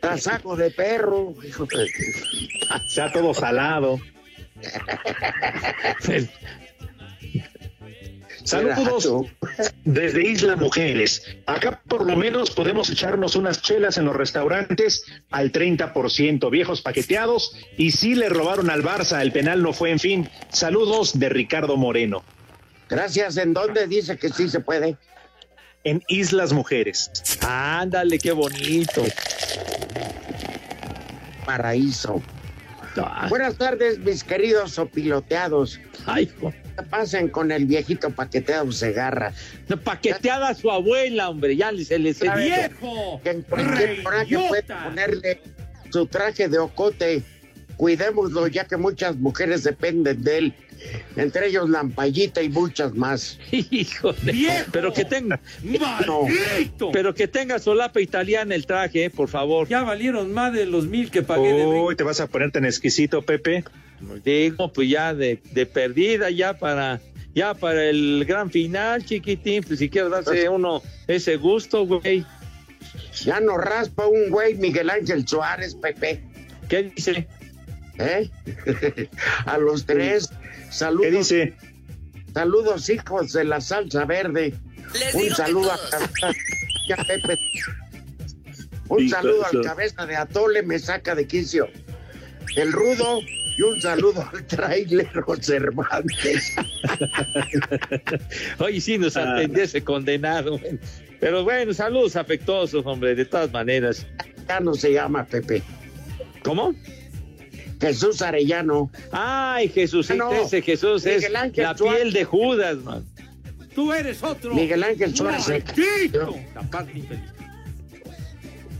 Tasaco de perro, hijo de- Está todo salado. Pues, Saludos desde Isla Mujeres. Acá por lo menos podemos echarnos unas chelas en los restaurantes al 30%, viejos paqueteados. Y sí le robaron al Barça, el penal no fue en fin. Saludos de Ricardo Moreno. Gracias, ¿en dónde dice que sí se puede? en Islas Mujeres. Ándale, qué bonito. Paraíso. Ah. Buenas tardes, mis queridos opiloteados. Ay, jo- ¿Qué pasan con el viejito paqueteado Segarra? paqueteada su abuela, hombre, ya le- se le se Claro. viejo. Que en cualquier coraje puede ponerle su traje de ocote. Cuidémoslo, ya que muchas mujeres dependen de él. Entre ellos Lampallita y muchas más. Híjole. Pero que tenga. ¡Maldito! Pero que tenga solapa italiana el traje, eh, por favor. Oh, Ya valieron más de los mil que pagué. Uy, te vas a poner tan exquisito, Pepe. Digo, pues ya de, de perdida, ya para. Ya para el gran final, chiquitín, pues si quieres darse uno ese gusto, güey. Ya no raspa un güey Miguel Ángel Suárez, Pepe. ¿Qué dice? ¿Eh? A los tres, saludos. ¿Qué dice? Saludos, hijos de la salsa verde. Un saludo a, Cabeza- ya, Pepe. Un Hijo saludo de al su- cabeza de Atole, me saca de quicio. El rudo y un saludo al trailer Cervantes. Oye, sí, nos atendió ese condenado. güey. Pero bueno, saludos afectuosos, hombre, de todas maneras. Arellano se llama, Pepe. ¿Cómo? Jesús Arellano. Ay, Jesús, Ah, No, ese Jesús es Miguel Ángel la Suárez. piel de Judas, man. Tú eres otro. Miguel Ángel Suárez.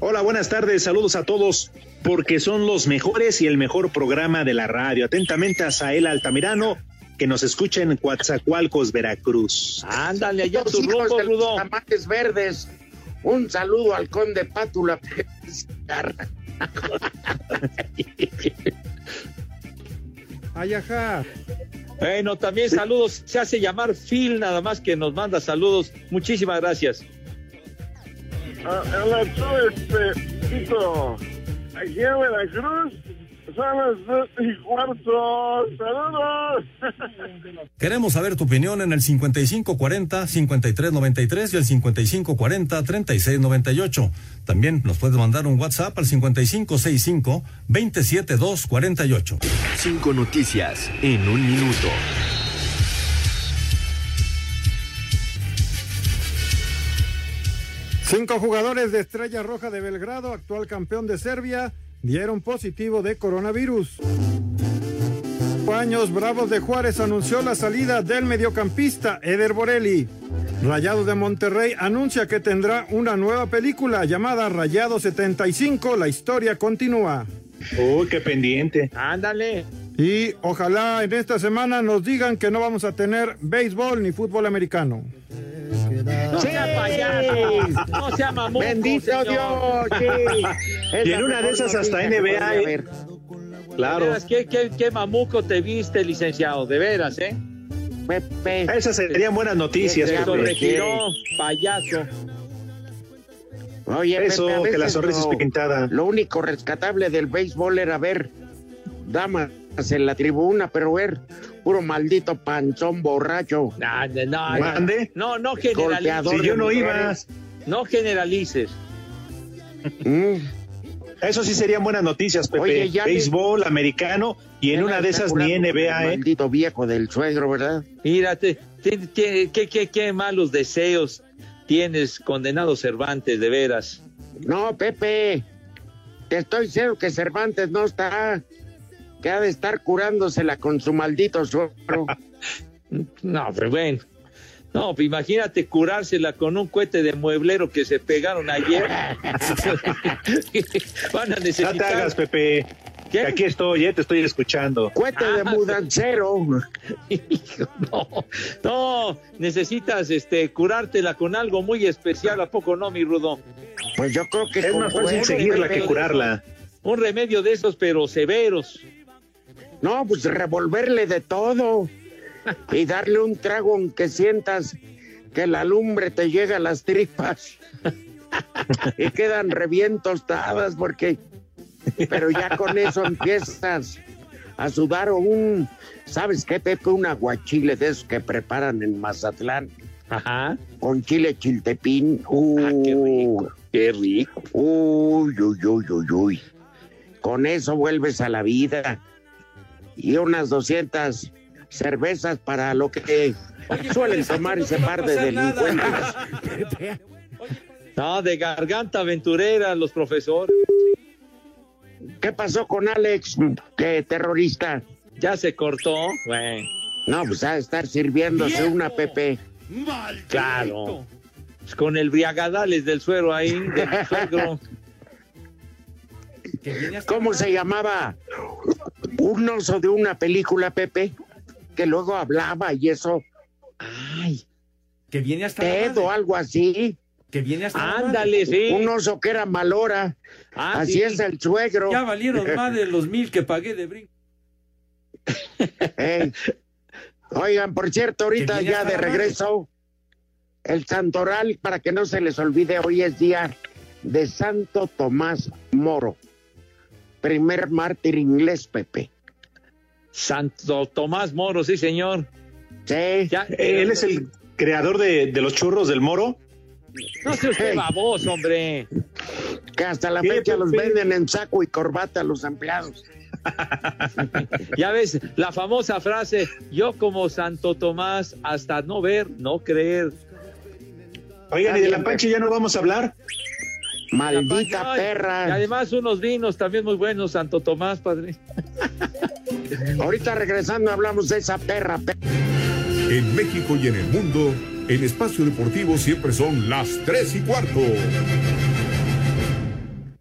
Hola, buenas tardes, saludos a todos, porque son los mejores y el mejor programa de la radio. Atentamente a Sael Altamirano, que nos escucha en Coatzacoalcos, Veracruz. Ándale, allá Los hijos de los tamates verdes. Un saludo al conde Pátula. Pepe Segarra. Ay, ajá. Bueno, también saludos. Se hace llamar Phil, nada más que nos manda saludos. Muchísimas gracias. Ah, Hola, tú, este, Tito. Aquí en Veracruz son las dos y cuarto. ¡Saludos! Queremos saber tu opinión en el 5540-5393 y el 5540-3698. También nos puedes mandar un WhatsApp al 5565-27248. Cinco noticias en un minuto. Cinco jugadores de Estrella Roja de Belgrado, actual campeón de Serbia, dieron positivo de coronavirus. Paños Bravos de Juárez anunció la salida del mediocampista Eder Borelli. Rayados de Monterrey anuncia que tendrá una nueva película llamada Rayado 75, la historia continúa. Uy, qué pendiente. Ándale. Y ojalá en esta semana nos digan que no vamos a tener béisbol ni fútbol americano. No sea payaso, no sea mamón. Bendito Dios. sí. Es Y en la una de mejor esas hasta noticia que NBA, puede ¿eh? haber. Claro. ¿Qué, qué, qué mamuco te viste, licenciado, de veras, ¿eh? Pepe. Esas serían buenas noticias, Se Pepe. retiró, payaso. Oye, Eso, Pepe, a que la veces sonrisa lo- esté pintada. Lo único rescatable del béisbol era ver damas en la tribuna, pero ver puro maldito panzón borracho. No, no, no, ¿Mande? no, no generalices. Golpeador Si yo no de iba. mujeres. No generalices. Mm. Eso sí serían buenas noticias, Pepe. Oye, ya le- Béisbol americano y en una de esas ni NBA, ¿eh? Maldito viejo del suegro, ¿verdad? Mírate, ti- ti- qué, qué, qué malos deseos tienes, condenado Cervantes, de veras. No, Pepe. Te estoy diciendo que Cervantes no está. Que ha de estar curándosela con su maldito suegro. No, pero bueno. No, pues imagínate curársela con un cohete de mueblero que se pegaron ayer. Van a necesitar. No te hagas, Pepe. ¿Qué? Aquí estoy, ¿eh? te estoy escuchando. Cuete de mudancero. No, no, necesitas este, curártela con algo muy especial, ¿a poco no, mi Rudo? Pues yo creo que Es con más fácil cuero, seguirla Pepe. que curarla. Un remedio de esos, pero severos. No, pues revolverle de todo y darle un trago aunque sientas que la lumbre te llega a las tripas y quedan revientos tostadas porque pero ya con eso empiezas a sudar o un ¿sabes qué Pepe? Un aguachile de esos que preparan en Mazatlán Ajá. Ah, con chile chiltepín. Uh, qué rico. Uy, uy, uy, uy, uy. Con eso vuelves a la vida. Y unas 200 cervezas para lo que Oye, suelen tomar ese par de delincuentes. no, de garganta aventurera los profesores. ¿Qué pasó con Alex, eh, terrorista? Ya se cortó. Bueno. No, pues a estar sirviéndose ¡Viejo! una Pepe. ¡Maldito! Claro. Pues con el briagadales del suero ahí, del suegro. ¿Cómo se llamaba? Un oso de una película, Pepe, que luego hablaba y eso. Ay. Que viene hasta la Ted o madre. algo así. Que viene hasta la madre. Ándale, sí. Un oso que era malora. Ah, así sí. es el suegro. Ya valieron más de los mil que pagué de brinco. Ey. Oigan, por cierto, ahorita Que viene ya hasta de la madre. regreso, el santoral, para que no se les olvide, hoy es día de Santo Tomás Moro, primer mártir inglés, Pepe. Santo Tomás Moro, sí, señor. Sí, Ya- Él es el creador de, de los churros del moro. No se usted Ey. baboso, hombre. que hasta la Sí, fecha los Pepe. venden en saco y corbata a los empleados. Ya ves, la famosa frase, yo como Santo Tomás, hasta no ver, no creer. Oigan, ¿y de la pancha ya no vamos a hablar? pues, Maldita Ay, Y perra. además unos vinos también muy buenos, Santo Tomás, padre. Ahorita regresando hablamos de esa perra, Pepe. En México y en el mundo, en espacio deportivo siempre son las 3 y cuarto.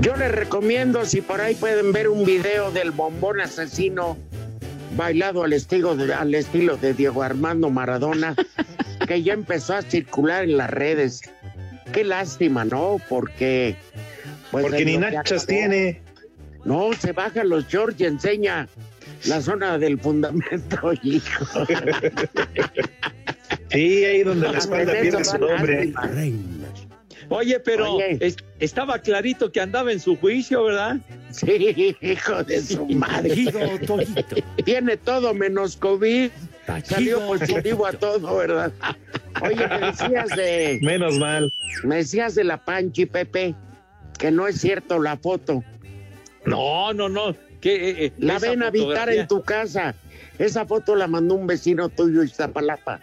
Yo les recomiendo, si por ahí pueden ver un video del bombón asesino bailado al estilo de, al estilo de Diego Armando Maradona, que ya empezó a circular en las redes. Qué lástima, ¿no? Porque... pues, Porque en ni lo que nachas acabó- tiene. No, se baja los shorts y enseña la zona del fundamento, hijo. Sí, ahí donde Ah, la espalda Hombre, pierde eso su da nombre. lástima. Oye, pero Oye. es- estaba clarito que andaba en su juicio, ¿verdad? Sí, hijo de su madre. Guido Toguito. Tiene todo menos COVID. Salió Tachido. positivo a todo, ¿verdad? Oye, me decías de, Menos mal. me decías de la Panchi, Pepe, que no es cierto la foto. No, no, no. Que, eh, eh, La esa ven a habitar fotografía- en tu casa. Esa foto la mandó un vecino tuyo, Iztapalapa.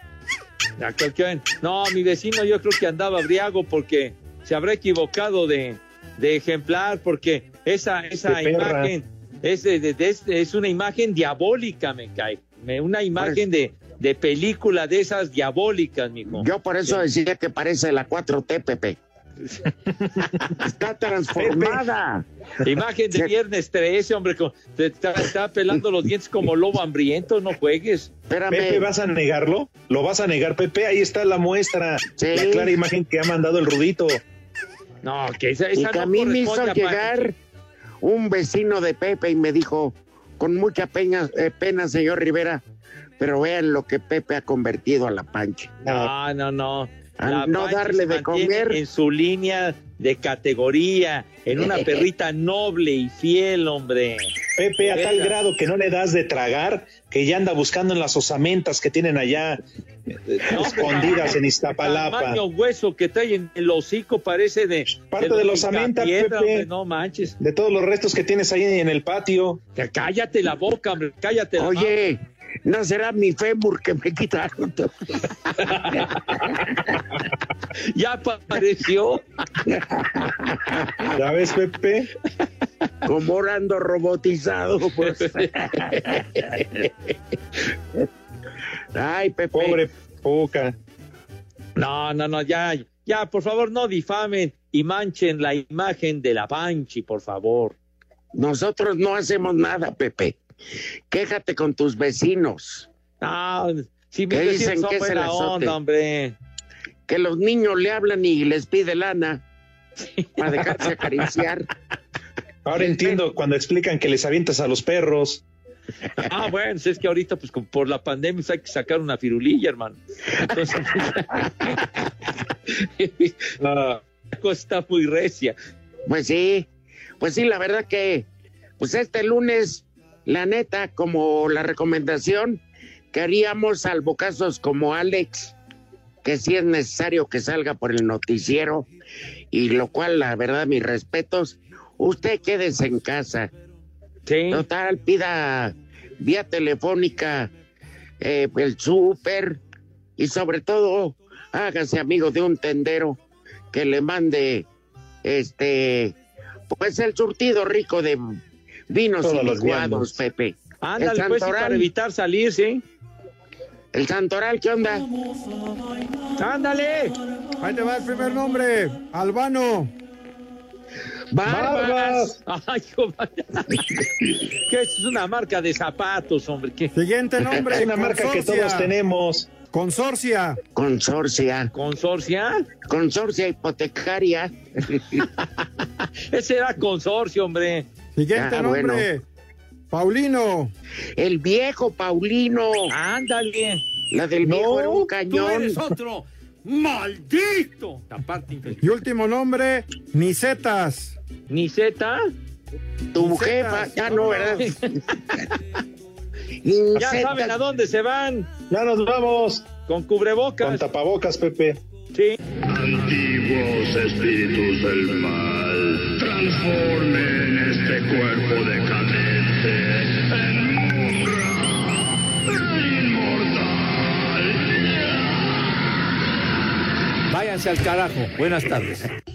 A cualquier- No, mi vecino yo creo que andaba briago porque se habrá equivocado de, de ejemplar, porque esa, esa De perra. imagen es, de- de- de- es- es una imagen diabólica, me cae. Me- una imagen de, de película de esas diabólicas, mijo. Yo por eso decía que parece la 4T, Pepe. Está transformada. Imagen de viernes 13, hombre, con- te está, está pelando los dientes como lobo hambriento, no juegues. Pepe, Espérame. ¿vas a negarlo? ¿Lo vas a negar, Pepe? Ahí está la muestra. Sí. La clara imagen que ha mandado el Rudito. No, que esa, Y esa que no a mí me hizo corresponde a- llegar un vecino de Pepe y me dijo, con mucha peña- eh, pena, señor Rivera, pero vean lo que Pepe ha convertido a la pancha. No, no, no. Al La no Panchi darle se de mantiene comer. En su línea de categoría, en una perrita noble y fiel, hombre. Pepe, a tal Venga. grado que no le das de tragar, que ya anda buscando en las osamentas que tienen allá eh, escondidas en Iztapalapa. Tamaño hueso que trae en el hocico parece de. Parte de la osamenta, picapiedra, Pepe. hombre, no manches. De todos los restos que tienes ahí en el patio. Ya Cállate la boca, hombre. Cállate la Oye, no será mi fémur que me quitaron. boca. Ya apareció. ¿Ya ves, Pepe? Como ahora ando robotizado, pues. Ay, Pepe. Pobre poca. No, no, no, ya. Ya, por favor, no difamen y manchen la imagen de la Panchi, por favor. Nosotros no hacemos nada, Pepe. Quéjate con tus vecinos. No, si me ¿Qué dicen dicen son que es el buena azote? onda, hombre. Que los niños le hablan y les pide lana para dejarse acariciar. Ahora entiendo cuando explican que les avientas a los perros. Ah, bueno, es que ahorita, pues como por la pandemia, pues, hay que sacar una firulilla, hermano. Entonces, la cosa está muy recia. Pues sí, pues sí, la verdad que, pues este lunes, la neta, como la recomendación, queríamos, salvo casos como Alex, que sí es necesario que salga por el noticiero, y lo cual, la verdad, mis respetos, usted quédese en casa. Sí. Total, pida vía telefónica eh, el súper y sobre todo hágase amigo de un tendero que le mande este pues el surtido rico de vinos Todos y los licuados, viandos. Pepe. Ándale, pues, y para evitar salir, ¿sí? El Santoral, ¿qué onda? ¡Ándale! Ahí te va el primer nombre, Albano. ¡Barbas! Ay, hijo, vaya. ¿Qué es una marca de zapatos, hombre? ¿Qué? Siguiente nombre. Es una marca que todos tenemos. Consorcia. Consorcia. ¿Consorcia? Consorcia hipotecaria. Ese era consorcio, hombre. Siguiente Ah, nombre. bueno. Paulino. El viejo Paulino. Ándale. La del viejo era un Tú cañón. eres otro. ¡Maldito! La parte infeliz. Y último nombre, Nicetas. ¿Niseta? Tu Nicetas, jefa, ya no. no, ¿verdad? Ya Nicetas. saben a dónde se van. Ya nos vamos con Con cubrebocas. tapabocas, Pepe. Sí. Antiguos espíritus del mal, transformen este cuerpo decadente en mugra inmortal. Váyanse al carajo. Buenas tardes.